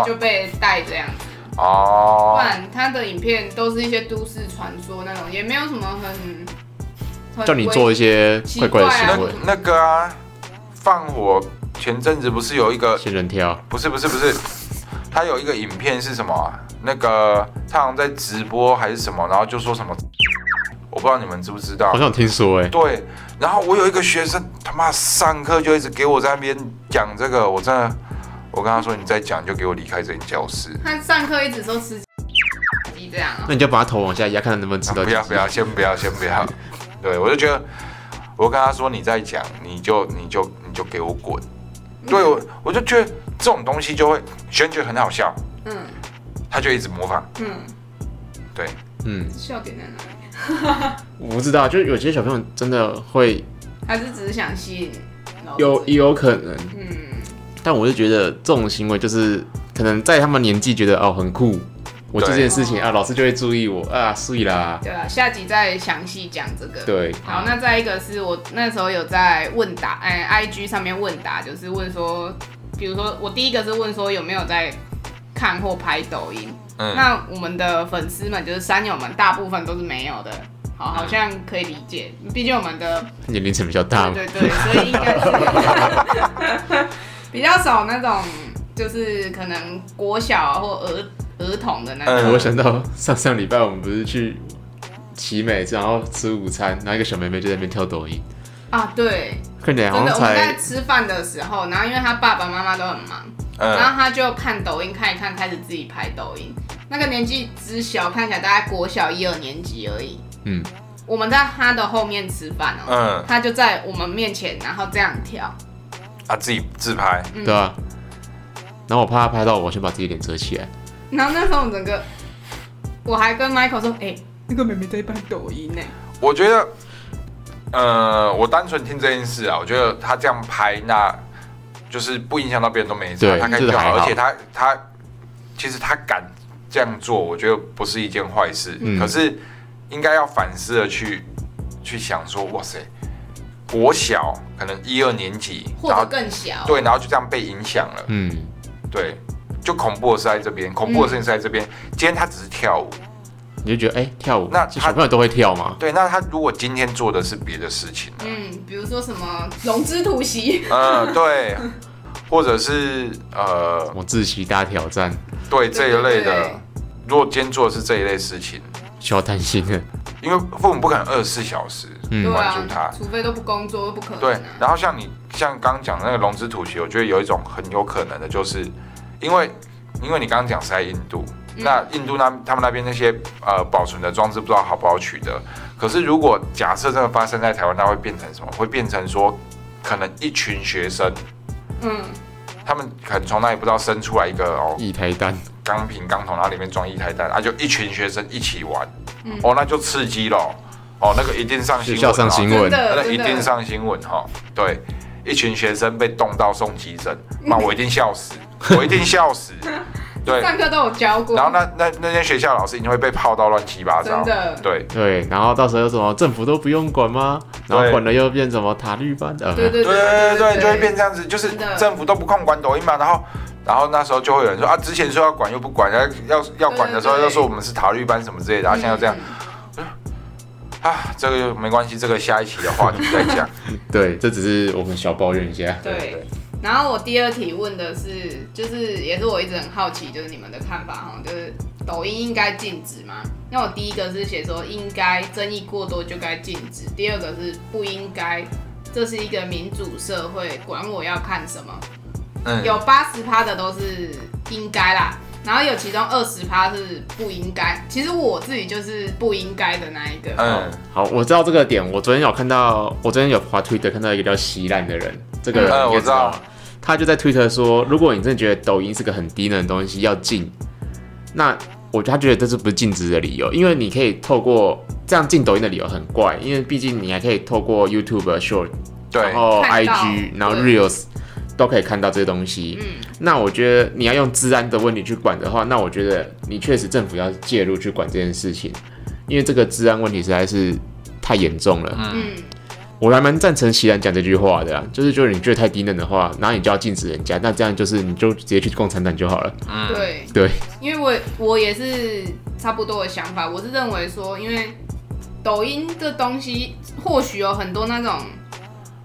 Speaker 3: 哦
Speaker 1: 就被带这样子。不
Speaker 3: 哦，
Speaker 1: 然他的影片都是一些都市传说那种，也没有什么很很
Speaker 2: 叫你做一些
Speaker 1: 奇
Speaker 2: 怪怪的
Speaker 1: 怪啊
Speaker 2: 行
Speaker 3: 那
Speaker 2: 为，
Speaker 3: 那个啊，放火前阵子不是有一个
Speaker 2: 仙人跳，
Speaker 3: 不是不是不是，他有一个影片是什么啊、那个他好像在直播还是什么，然后就说什么，我不知道你们知不知道
Speaker 2: 好。像有听说哎，
Speaker 3: 对，然后我有一个学生，他妈上课就一直给我在那边讲这个，我真的，我跟他说你再讲就给我离开这间教室。
Speaker 1: 他上课一直说吃鸡这样啊、
Speaker 2: 那你就把他头往下压，看他能不能
Speaker 3: 啊
Speaker 2: 吃到。
Speaker 3: 不要不要，，先不要先不要。对，我就觉得，我跟他说你再讲，你就你就你就给我滚。对我我就觉得这种东西就会，学生觉得很好笑，
Speaker 1: 嗯
Speaker 3: 他就一直模仿。
Speaker 1: 嗯，
Speaker 3: 对，
Speaker 2: 嗯，
Speaker 1: 笑点在哪里？
Speaker 2: 我不知道，就是有些小朋友真的会
Speaker 1: 还是只是想吸引老师？
Speaker 2: 有也有可能，
Speaker 1: 嗯，
Speaker 2: 但我是觉得这种行为就是可能在他们年纪觉得哦很酷，我做
Speaker 3: 对
Speaker 2: 这件事情啊，老师就会注意我啊，所以啦，
Speaker 1: 对啊，下集再详细讲这个。
Speaker 2: 对，
Speaker 1: 好，那再一个是我那时候有在问答，哎、i g 上面问答，就是问说，比如说我第一个是问说有没有在看或拍抖音，
Speaker 3: 嗯，
Speaker 1: 那我们的粉丝们就是山友们，大部分都是没有的。好，好像可以理解，毕竟我们的
Speaker 2: 年龄层比较大
Speaker 1: 对
Speaker 2: 嘛，
Speaker 1: 对对，所以应该是比较少那种，就是可能国小啊或儿儿童的那
Speaker 3: 嗯
Speaker 1: 种。
Speaker 2: 我想到上上礼拜我们不是去奇美，然后吃午餐，然后一个小妹妹就在那边跳抖音，
Speaker 1: 啊，对，
Speaker 2: 看起来
Speaker 1: 真
Speaker 2: 好
Speaker 1: 的，我
Speaker 2: 像
Speaker 1: 们在
Speaker 2: 才
Speaker 1: 吃饭的时候，然后因为他爸爸妈妈都很忙，然
Speaker 3: 嗯，
Speaker 1: 后他就看抖音看一看，开始自己拍抖音。那个年纪之小，看起来大概国小一二年级而已。
Speaker 2: 嗯，
Speaker 1: 我们在他的后面吃饭哦、
Speaker 3: 嗯
Speaker 1: 他就在我们面前，然后这样跳。
Speaker 3: 他啊自己自拍，
Speaker 1: 嗯
Speaker 2: 对啊。然后我怕她拍到我，我先把自己脸遮起来。
Speaker 1: 然后那时候我整个，我还跟 Michael 说：“哎、那个妹妹在拍抖音呢、
Speaker 3: 我觉得，呃，我单纯听这件事啊，我觉得他这样拍，那就是不影响到别人都没差，
Speaker 2: 对
Speaker 3: 他可以
Speaker 2: 这个
Speaker 3: 跳
Speaker 2: 还
Speaker 3: 好，
Speaker 2: 好
Speaker 3: 而且他他其实他敢这样做，我觉得不是一件坏事，
Speaker 2: 嗯
Speaker 3: 可是应该要反思的去去想说，哇塞，国小可能一二年级，
Speaker 1: 或
Speaker 3: 然
Speaker 1: 者
Speaker 3: 后
Speaker 1: 更小。
Speaker 3: 对，然后就这样被影响了，
Speaker 2: 嗯，
Speaker 3: 对，就恐怖的是在这边，恐怖的事情是在这边，今天他只是跳舞。
Speaker 2: 你就觉得哎、跳舞，
Speaker 3: 那
Speaker 2: 这
Speaker 3: 她
Speaker 2: 小朋友都会跳吗？
Speaker 3: 对，那他如果今天做的是别的事情呢？
Speaker 1: 嗯，比如说什么融资突袭，
Speaker 3: 嗯，对，或者是呃
Speaker 2: 什，么自习大挑战，
Speaker 3: 对这一类
Speaker 1: 对对
Speaker 3: 的，如果今天做的是这一类事情，
Speaker 2: 需要担心的。
Speaker 3: 因为父母不可能二十四小时
Speaker 1: 对
Speaker 2: 嗯，
Speaker 3: 关注他
Speaker 1: 啊，除非都不工作，不可能、啊。
Speaker 3: 对，然后像你像刚刚讲的那个融资土席，我觉得有一种很有可能的，就是因为因为你刚刚讲是在印度，
Speaker 1: 嗯
Speaker 3: 那印度那他们那边那些呃保存的装置不知道好不好取得，可是如果假设真的发生在台湾，那会变成什么？会变成说可能一群学生，
Speaker 1: 嗯，
Speaker 3: 他们可能从那里不知道生出来一个哦
Speaker 2: 一台单，
Speaker 3: 钢瓶钢桶，然后里面装一台蛋，啊，就一群学生一起玩，
Speaker 1: 嗯
Speaker 3: 哦，那就刺激咯，哦，那个一定上新
Speaker 2: 学
Speaker 3: 闻，
Speaker 2: 校上新闻
Speaker 1: 真，的
Speaker 3: 那
Speaker 1: 呃真
Speaker 3: 一定
Speaker 1: 的，
Speaker 3: 上新闻哈、对，一群学生被冻到送急 诊，那我一定笑死，我一定笑死。对，
Speaker 1: 上课都有教过。
Speaker 3: 然后那那那间学校老师一定会被泡到乱七八糟
Speaker 1: 真。的
Speaker 3: 对
Speaker 2: 对，然后到时候又什么政府都不用管吗？然后
Speaker 3: 对
Speaker 2: 管了又变什么塔绿班？呃，
Speaker 1: 对对
Speaker 3: 对对对，
Speaker 1: 对，
Speaker 3: 就会变这样子，就是
Speaker 1: 真的
Speaker 3: 政府都不控管抖音嘛，然后。然后那时候就会有人说啊，之前说要管又不管，要要要管的时候
Speaker 1: 对对对
Speaker 3: 又说我们是塔绿班什么之类的，然后现在又这样
Speaker 1: 嗯。嗯
Speaker 3: 啊，这个就没关系，这个下一期的话题再讲。
Speaker 2: 对，这只是我们小抱怨一下。
Speaker 1: 对。然后我第二题问的是，就是也是我一直很好奇，就是你们的看法哈，就是抖音应该禁止吗？那我第一个是写说应该争议过多就该禁止，第二个是不应该，这是一个民主社会，管我要看什么。
Speaker 3: 嗯，
Speaker 1: 有八十趴的都是应该啦，然后有其中二十趴是不应该。其实我自己就是不应该的那一个。
Speaker 3: 嗯
Speaker 2: 好，我知道这个点。我昨天有看到，我昨天有滑推特看到一个叫席兰的人，这个人
Speaker 3: 嗯
Speaker 2: 应
Speaker 3: 我
Speaker 2: 该
Speaker 3: 知道
Speaker 2: 吧他就在推特说，如果你真的觉得抖音是个很低能的东西要禁，那我觉得他觉得这是不是禁止的理由，因为你可以透过这样禁抖音的理由很怪，因为毕竟你还可以透过 YouTube Short，
Speaker 3: 对
Speaker 2: 然，后
Speaker 1: 看到
Speaker 2: IG，然后
Speaker 1: 对
Speaker 2: Reels 都可以看到这些东西。嗯，那我觉得你要用治安的问题去管的话，那我觉得你确实政府要介入去管这件事情，因为这个治安问题实在是太严重了。
Speaker 1: 嗯，
Speaker 2: 我还蛮赞成席兰讲这句话的、啊，就是就是你觉得太低能的话，然后你就要禁止人家，那这样就是你就直接去共产党就好了。
Speaker 3: 啊
Speaker 1: 对
Speaker 2: 对，
Speaker 1: 因为我也我也是差不多的想法，我是认为说，因为抖音这东西或许有很多那种，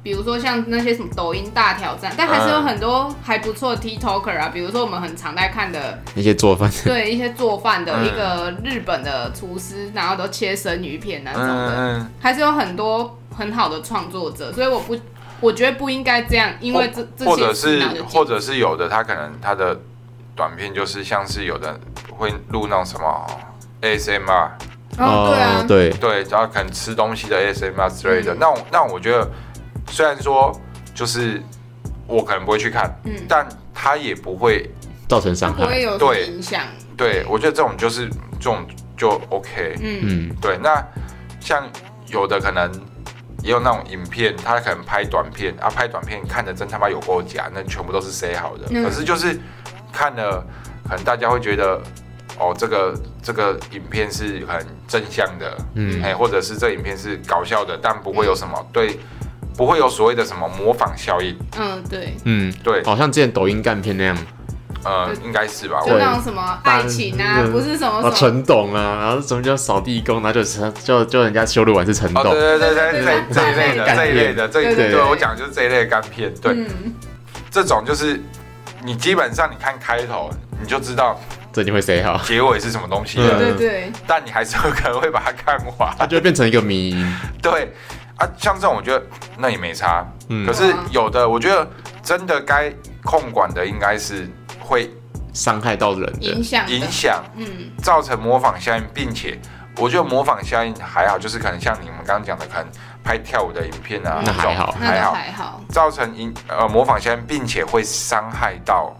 Speaker 1: 比如说像那些什么抖音大挑战，但还是有
Speaker 3: 嗯
Speaker 1: 很多还不错的 TikToker 啊，比如说我们很常在看的
Speaker 2: 那些做饭，
Speaker 1: 对一些做饭的一个日本的厨师，然后都切生鱼片那种的，
Speaker 3: 嗯嗯，
Speaker 1: 还是有很多很好的创作者，所以我不，我觉得不应该这样，因为这这
Speaker 3: 或
Speaker 1: 些
Speaker 3: 者
Speaker 1: 事
Speaker 3: 是
Speaker 1: 拿着
Speaker 3: 或
Speaker 1: 剪
Speaker 3: 者是有的他可能他的短片就是像是有的会录那种什么 ASMR，
Speaker 1: 哦对啊，
Speaker 2: 对，
Speaker 3: 对，然后可能吃东西的 ASMR 之类的。那我那我觉得，虽然说就是我可能不会去看，
Speaker 1: 嗯
Speaker 3: 但他也不会。
Speaker 2: 造成
Speaker 1: 它
Speaker 2: 伤
Speaker 1: 不会
Speaker 2: 害。
Speaker 1: 有什么
Speaker 3: 对
Speaker 1: 影响，
Speaker 3: 对我觉得这种就是这种就 OK。
Speaker 1: 嗯
Speaker 2: 嗯，
Speaker 3: 对，那像有的可能也有那种影片，他可能拍短片啊，拍短片看的真他妈有够假，那全部都是塞好的。
Speaker 1: 嗯
Speaker 3: 可是就是看了，可能大家会觉得。哦，这个这个影片是很正向的，
Speaker 2: 嗯
Speaker 3: 嗯，哎，或者是这影片是搞笑的，但不会有什么对，不会有所谓的什么模仿效应，
Speaker 1: 嗯对，
Speaker 2: 嗯，
Speaker 3: 对，
Speaker 2: 好像之前抖音干片那样，
Speaker 3: 呃，应该是吧？
Speaker 1: 就
Speaker 3: 我
Speaker 1: 那种什么爱情啊，
Speaker 2: 对
Speaker 1: 不是什么
Speaker 2: 啊，
Speaker 1: 什么。
Speaker 2: 陈董啊，然后什么叫扫地工，然后就就就人家修路完是陈
Speaker 3: 哦，
Speaker 2: 董，
Speaker 3: 对对对
Speaker 1: 对对
Speaker 3: 对对，这一类的，这一类的，这一
Speaker 1: 对
Speaker 3: 类
Speaker 2: 对
Speaker 3: 的，
Speaker 1: 对
Speaker 3: 对我讲的就是这一类的干片，对，
Speaker 1: 嗯，
Speaker 3: 这种就是你基本上你看开头你就知道
Speaker 2: 这一定会谁好，
Speaker 3: 结尾是什么东西
Speaker 1: 对
Speaker 3: 了，
Speaker 1: 对对，
Speaker 3: 但你还是有可能会把它看完。
Speaker 2: 它就会变成一个迷因。
Speaker 3: 对啊，像这种我觉得那也没差，
Speaker 2: 嗯
Speaker 3: 可，是有的我觉得真的该控管的应该是会
Speaker 2: 伤害到人
Speaker 1: 影
Speaker 2: 的，
Speaker 1: 响
Speaker 3: 影
Speaker 1: 的，
Speaker 3: 响
Speaker 1: 嗯
Speaker 3: 造成模仿效应，并且我觉得模仿效应还好，就是可能像你们刚刚讲的，可能拍跳舞的影片啊，
Speaker 2: 那
Speaker 3: 种
Speaker 2: 还好
Speaker 1: 那
Speaker 3: 还
Speaker 1: 倒
Speaker 3: 好。
Speaker 1: 还好，
Speaker 3: 造成影呃模仿效应，并且会伤害到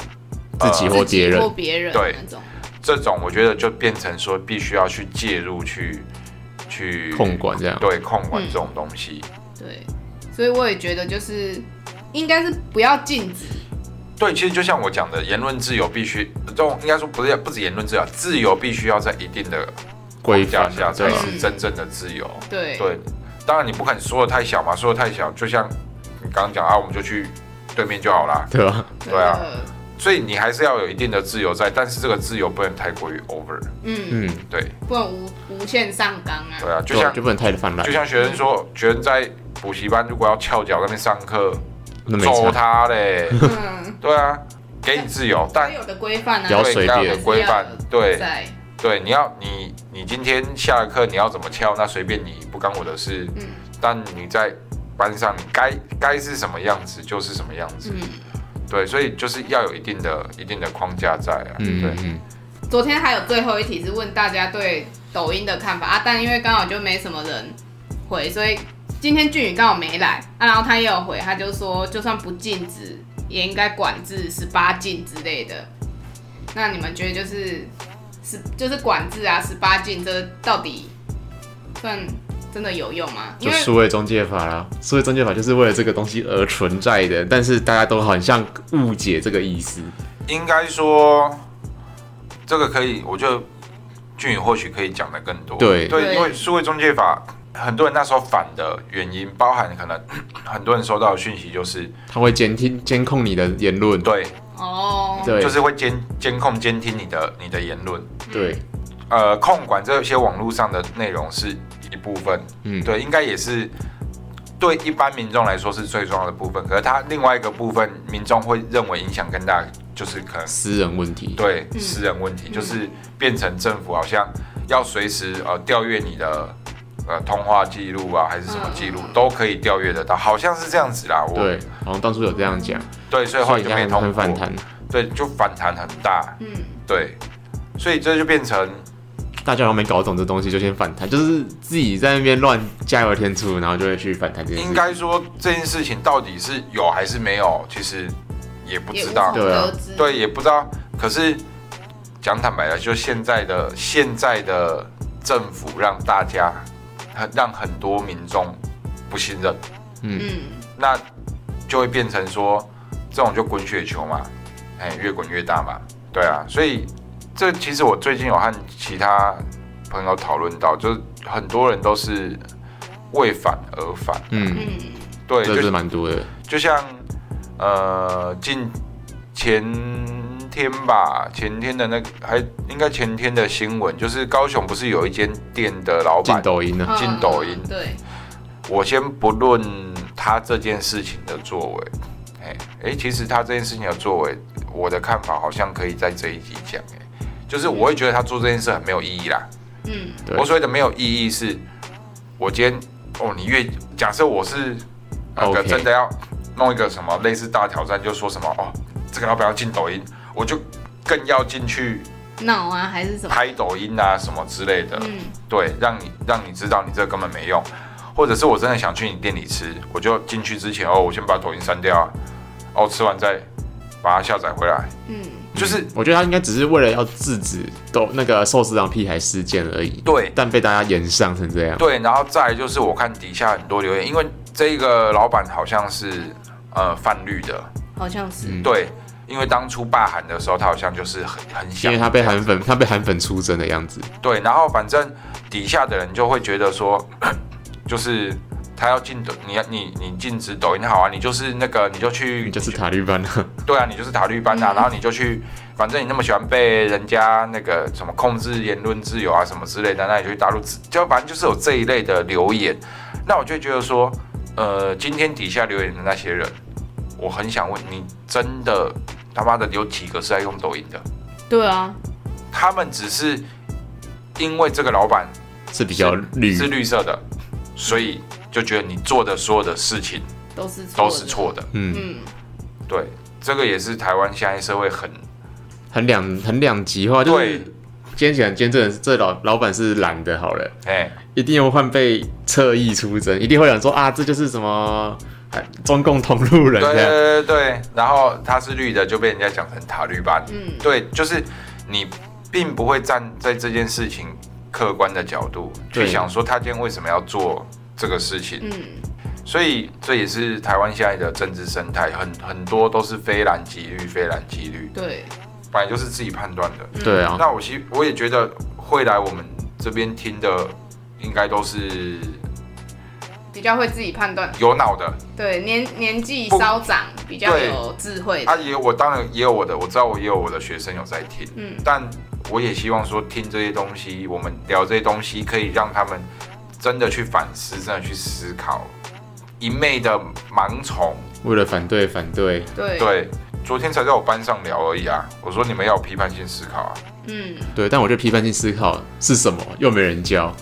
Speaker 2: 自己
Speaker 3: 呃
Speaker 2: 或
Speaker 1: 自
Speaker 2: 别
Speaker 1: 己
Speaker 2: 人
Speaker 1: 或别人
Speaker 3: 对
Speaker 1: 那种，
Speaker 3: 这种，我觉得就变成说必须要去介入去去
Speaker 2: 控管这样
Speaker 3: 对控管
Speaker 1: 嗯
Speaker 3: 这种东西。
Speaker 1: 对，所以我也觉得就是应该是不要禁止，
Speaker 3: 对，其实就像我讲的，言论自由必须，呃这种应该说不是不止言论自由，啊自由必须要在一定的
Speaker 2: 规
Speaker 3: 框架
Speaker 2: 范
Speaker 3: 下才
Speaker 2: 对
Speaker 1: 啊
Speaker 3: 是真正的自由。
Speaker 1: 对
Speaker 3: 对，当然你不肯说的太小嘛，说的太小，就像你刚刚讲啊，我们就去对面就好啦。
Speaker 2: 对吧？
Speaker 1: 真
Speaker 3: 对啊
Speaker 1: 的
Speaker 3: 所以你还是要有一定的自由在，但是这个自由不能太过于 over。
Speaker 1: 嗯，
Speaker 2: 嗯，
Speaker 3: 对
Speaker 1: 不能无无限上纲啊，
Speaker 3: 对啊，就
Speaker 2: 对啊
Speaker 3: 像
Speaker 2: 就不能太泛滥
Speaker 3: 就，像学生说，学生在补习班如果要翘脚在那边上课，
Speaker 2: 那没
Speaker 3: 揍
Speaker 2: 差。
Speaker 3: 他嘞。
Speaker 1: 嗯，
Speaker 3: 对啊，给你自由，但
Speaker 1: 该有的规范啊，
Speaker 2: 不要
Speaker 3: 对
Speaker 2: 随
Speaker 3: 该有
Speaker 2: 便
Speaker 3: 的规范，对
Speaker 1: 在，
Speaker 3: 对，你要你你今天下了课你要怎么翘，那随便你，不干我的事。
Speaker 1: 嗯
Speaker 3: 但你在班上，你该该是什么样子就是什么样子。
Speaker 1: 嗯。
Speaker 3: 对，所以就是要有一定的一定的框架在啊。
Speaker 2: 嗯
Speaker 3: 对
Speaker 2: 嗯，嗯，
Speaker 1: 昨天还有最后一题是问大家对抖音的看法啊，但因为刚好就没什么人回，所以今天俊宇刚好没来啊，然后他也有回，他就说就算不禁止，也应该管制十八禁之类的。那你们觉得就是十就是管制啊，十八禁这到底算真的有用吗？因
Speaker 2: 就
Speaker 1: 为
Speaker 2: 数位中介法啦，数位中介法就是为了这个东西而存在的，但是大家都好像误解这个意思。
Speaker 3: 应该说这个可以，我觉得俊宇或许可以讲的更多。
Speaker 2: 对
Speaker 1: 对
Speaker 3: 对，因为数位中介法，很多人那时候反的原因，包含可能 很多人收到的讯息就是，
Speaker 2: 他会监听监控你的言论，
Speaker 3: 对，
Speaker 1: 哦，
Speaker 2: 对
Speaker 3: 就是会监监控、监听你的你的言论，
Speaker 2: 对，
Speaker 3: 呃，控管这些网络上的内容是一部分，
Speaker 2: 嗯，
Speaker 3: 对，应该也是对一般民众来说是最重要的部分。可是它另外一个部分，民众会认为影响更大，就是可能
Speaker 2: 私人问题，
Speaker 3: 对
Speaker 1: 嗯
Speaker 3: 私人问题，
Speaker 1: 嗯
Speaker 3: 就是变成政府好像要随时呃调阅你的呃通话记录啊，还是什么记录、
Speaker 1: 嗯
Speaker 3: 都可以调阅得到，好像是这样子啦。我
Speaker 2: 对，好像当初有这样讲，
Speaker 3: 对，所以
Speaker 2: 所
Speaker 3: 后来
Speaker 2: 以
Speaker 3: 就
Speaker 2: 人
Speaker 3: 没
Speaker 2: 家
Speaker 3: 通
Speaker 2: 很
Speaker 3: 过，
Speaker 2: 反弹，
Speaker 3: 对，就反弹很大，
Speaker 1: 嗯，
Speaker 3: 对，所以这就变成
Speaker 2: 大家好像没搞懂这东西就先反弹，就是自己在那边乱加油添醋，然后就会去反弹这件事。
Speaker 3: 应该说这件事情到底是有还是没有，其实也不
Speaker 1: 也无
Speaker 3: 知
Speaker 1: 从
Speaker 3: 道，
Speaker 2: 对啊
Speaker 1: 得知，
Speaker 3: 对，也不知道。可是讲坦白了，就现在的现在的政府让大家很让很多民众不信任，
Speaker 1: 嗯，
Speaker 3: 那就会变成说这种就滚雪球嘛，哎、越滚越大嘛，对啊，所以这其实我最近有和其他朋友讨论到，就是很多人都是为反而反，
Speaker 2: 嗯，
Speaker 1: 嗯，
Speaker 3: 对，
Speaker 2: 这
Speaker 3: 就
Speaker 2: 真的蛮多的，
Speaker 3: 就像呃近前天吧，前天的那个还应该前天的新闻，就是高雄不是有一间店的老
Speaker 2: 进
Speaker 3: 板，
Speaker 2: 抖音啊了，
Speaker 1: 嗯
Speaker 3: 进抖音
Speaker 1: 对，
Speaker 3: 我先不论他这件事情的作为，哎哎，其实他这件事情的作为，我的看法好像可以在这一集讲，哎，就是我会觉得他做这件事很没有意义啦。
Speaker 1: 嗯，
Speaker 2: 对
Speaker 3: 我所谓的没有意义是，我今天哦，你越假设我是那个
Speaker 2: OK
Speaker 3: 真的要弄一个什么类似大挑战，就说什么哦，这个要不要进抖音，我就更要进去
Speaker 1: 闹啊还是什 么？
Speaker 3: 拍抖音啊什么之类的，
Speaker 1: 嗯，
Speaker 3: 对，让你让你知道你这根本没用，或者是我真的想去你店里吃，我就进去之前哦，我先把抖音删掉啊，哦，吃完再把它下载回来，
Speaker 1: 嗯，
Speaker 3: 就是
Speaker 2: 我觉得他应该只是为了要制止抖那个寿司郎屁孩事件而已，
Speaker 3: 对
Speaker 2: 但被大家延上成这样，
Speaker 3: 对，然后再来就是我看底下很多留言，因为这个老板好像是呃泛绿的，
Speaker 1: 好像是，
Speaker 2: 嗯
Speaker 3: 对，因为当初罢韩的时候，他好像就是很很
Speaker 2: 因
Speaker 3: 想
Speaker 2: 为他被韩粉，他被韩粉出征的样子，
Speaker 3: 对，然后反正底下的人就会觉得说， 就是他要禁抖，你要你你禁止抖音好啊，你就是那个你就去
Speaker 2: 你就是塔利班 啊，
Speaker 3: 对啊，你就是塔绿班啊，
Speaker 1: 嗯
Speaker 3: 然后你就去，反正你那么喜欢被人家那个什么控制言论自由啊什么之类的，那你就去大陆自，就反正就是有这一类的留言。那我就觉得说，呃，今天底下留言的那些人，我很想问你，真的他妈的有几个是在用抖音的？
Speaker 1: 对啊，
Speaker 3: 他们只是因为这个老板
Speaker 2: 是比较绿，
Speaker 3: 是绿色的，所以就觉得你做的所有的事情
Speaker 1: 都是
Speaker 3: 都是错
Speaker 1: 的，
Speaker 3: 的。
Speaker 2: 嗯，
Speaker 1: 嗯，
Speaker 3: 对，这个也是台湾现在社会很
Speaker 2: 很两很两极化，就
Speaker 3: 对
Speaker 2: 是今天讲今天这人这老老板是懒的，好了。
Speaker 3: 哎。
Speaker 2: 一定会被侧翼出征，一定会有人说啊，这就是什么、啊中共同路人这
Speaker 3: 对对
Speaker 2: 样。
Speaker 3: 对对对，然后他是绿的，就被人家讲成塔绿班。
Speaker 1: 嗯
Speaker 3: 对，就是你并不会站在这件事情客观的角度去
Speaker 2: 对
Speaker 3: 想说他今天为什么要做这个事情，
Speaker 1: 嗯，
Speaker 3: 所以这也是台湾现在的政治生态，很很多都是非蓝即绿，非蓝即绿，
Speaker 1: 对，
Speaker 3: 本来就是自己判断的。
Speaker 1: 嗯
Speaker 2: 对，啊，
Speaker 3: 那我希我也觉得会来我们这边听的，应该都是
Speaker 1: 比较会自己判断，
Speaker 3: 有脑的，
Speaker 1: 对，年年纪
Speaker 3: 不
Speaker 1: 稍长，比较
Speaker 3: 对
Speaker 1: 有智慧
Speaker 3: 啊，
Speaker 1: 的，
Speaker 3: 也有我当然也有我的，我知道我也有我的学生有在听，
Speaker 1: 嗯
Speaker 3: 但我也希望说听这些东西，我们聊这些东西，可以让他们真的去反思，真的去思考，一昧的盲从。
Speaker 2: 为了反对反对，
Speaker 1: 对，
Speaker 3: 对，昨天才在我班上聊而已啊，我说你们要有批判性思考啊，
Speaker 1: 嗯，
Speaker 2: 对，但我觉得批判性思考是什么，又没人教，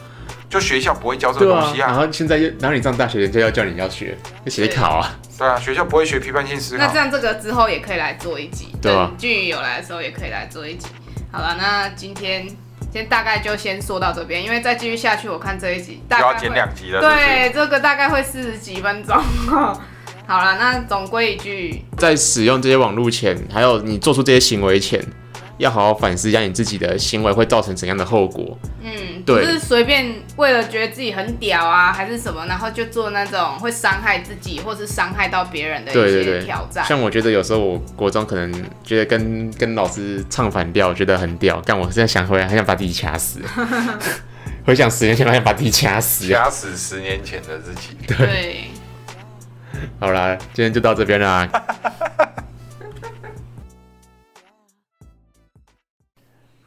Speaker 3: 就学校不会教这
Speaker 2: 对
Speaker 3: 个
Speaker 2: 啊
Speaker 3: 东。西
Speaker 2: 然
Speaker 3: 啊，
Speaker 2: 后现在又，然后你上大学，人家要叫你要学，就写考啊，
Speaker 3: 对啊，学校不会学批判性思
Speaker 1: 那
Speaker 3: 考
Speaker 1: 这。样这个之后也可以来做一集，
Speaker 2: 对啊
Speaker 1: 等俊宇有来的时候也可以来做一集。好了，那今天先大概就先说到这边，因为再继续下去，我看这一集大
Speaker 3: 又
Speaker 1: 概
Speaker 3: 要
Speaker 1: 会
Speaker 3: 减两集了，是不是？
Speaker 1: 对，这个大概会四十几分钟。 好了，那总归一句，
Speaker 2: 在使用这些网络前，还有你做出这些行为前，要好好反思一下你自己的行为会造成怎样的后果。
Speaker 1: 嗯，不
Speaker 2: 对
Speaker 1: 是随便为了觉得自己很屌啊，还是什么，然后就做那种会伤害自己或是伤害到别人的
Speaker 2: 对
Speaker 1: 一
Speaker 2: 对
Speaker 1: 些
Speaker 2: 对
Speaker 1: 挑战。
Speaker 2: 像我觉得有时候我国中可能觉得跟跟老师唱反调，觉得很屌，但我现在想回来，很想把自己掐死。 回想十年前，我想把自己掐死。
Speaker 3: 掐死十年前的自己。
Speaker 1: 对，
Speaker 2: 好啦，今天就到这边啦。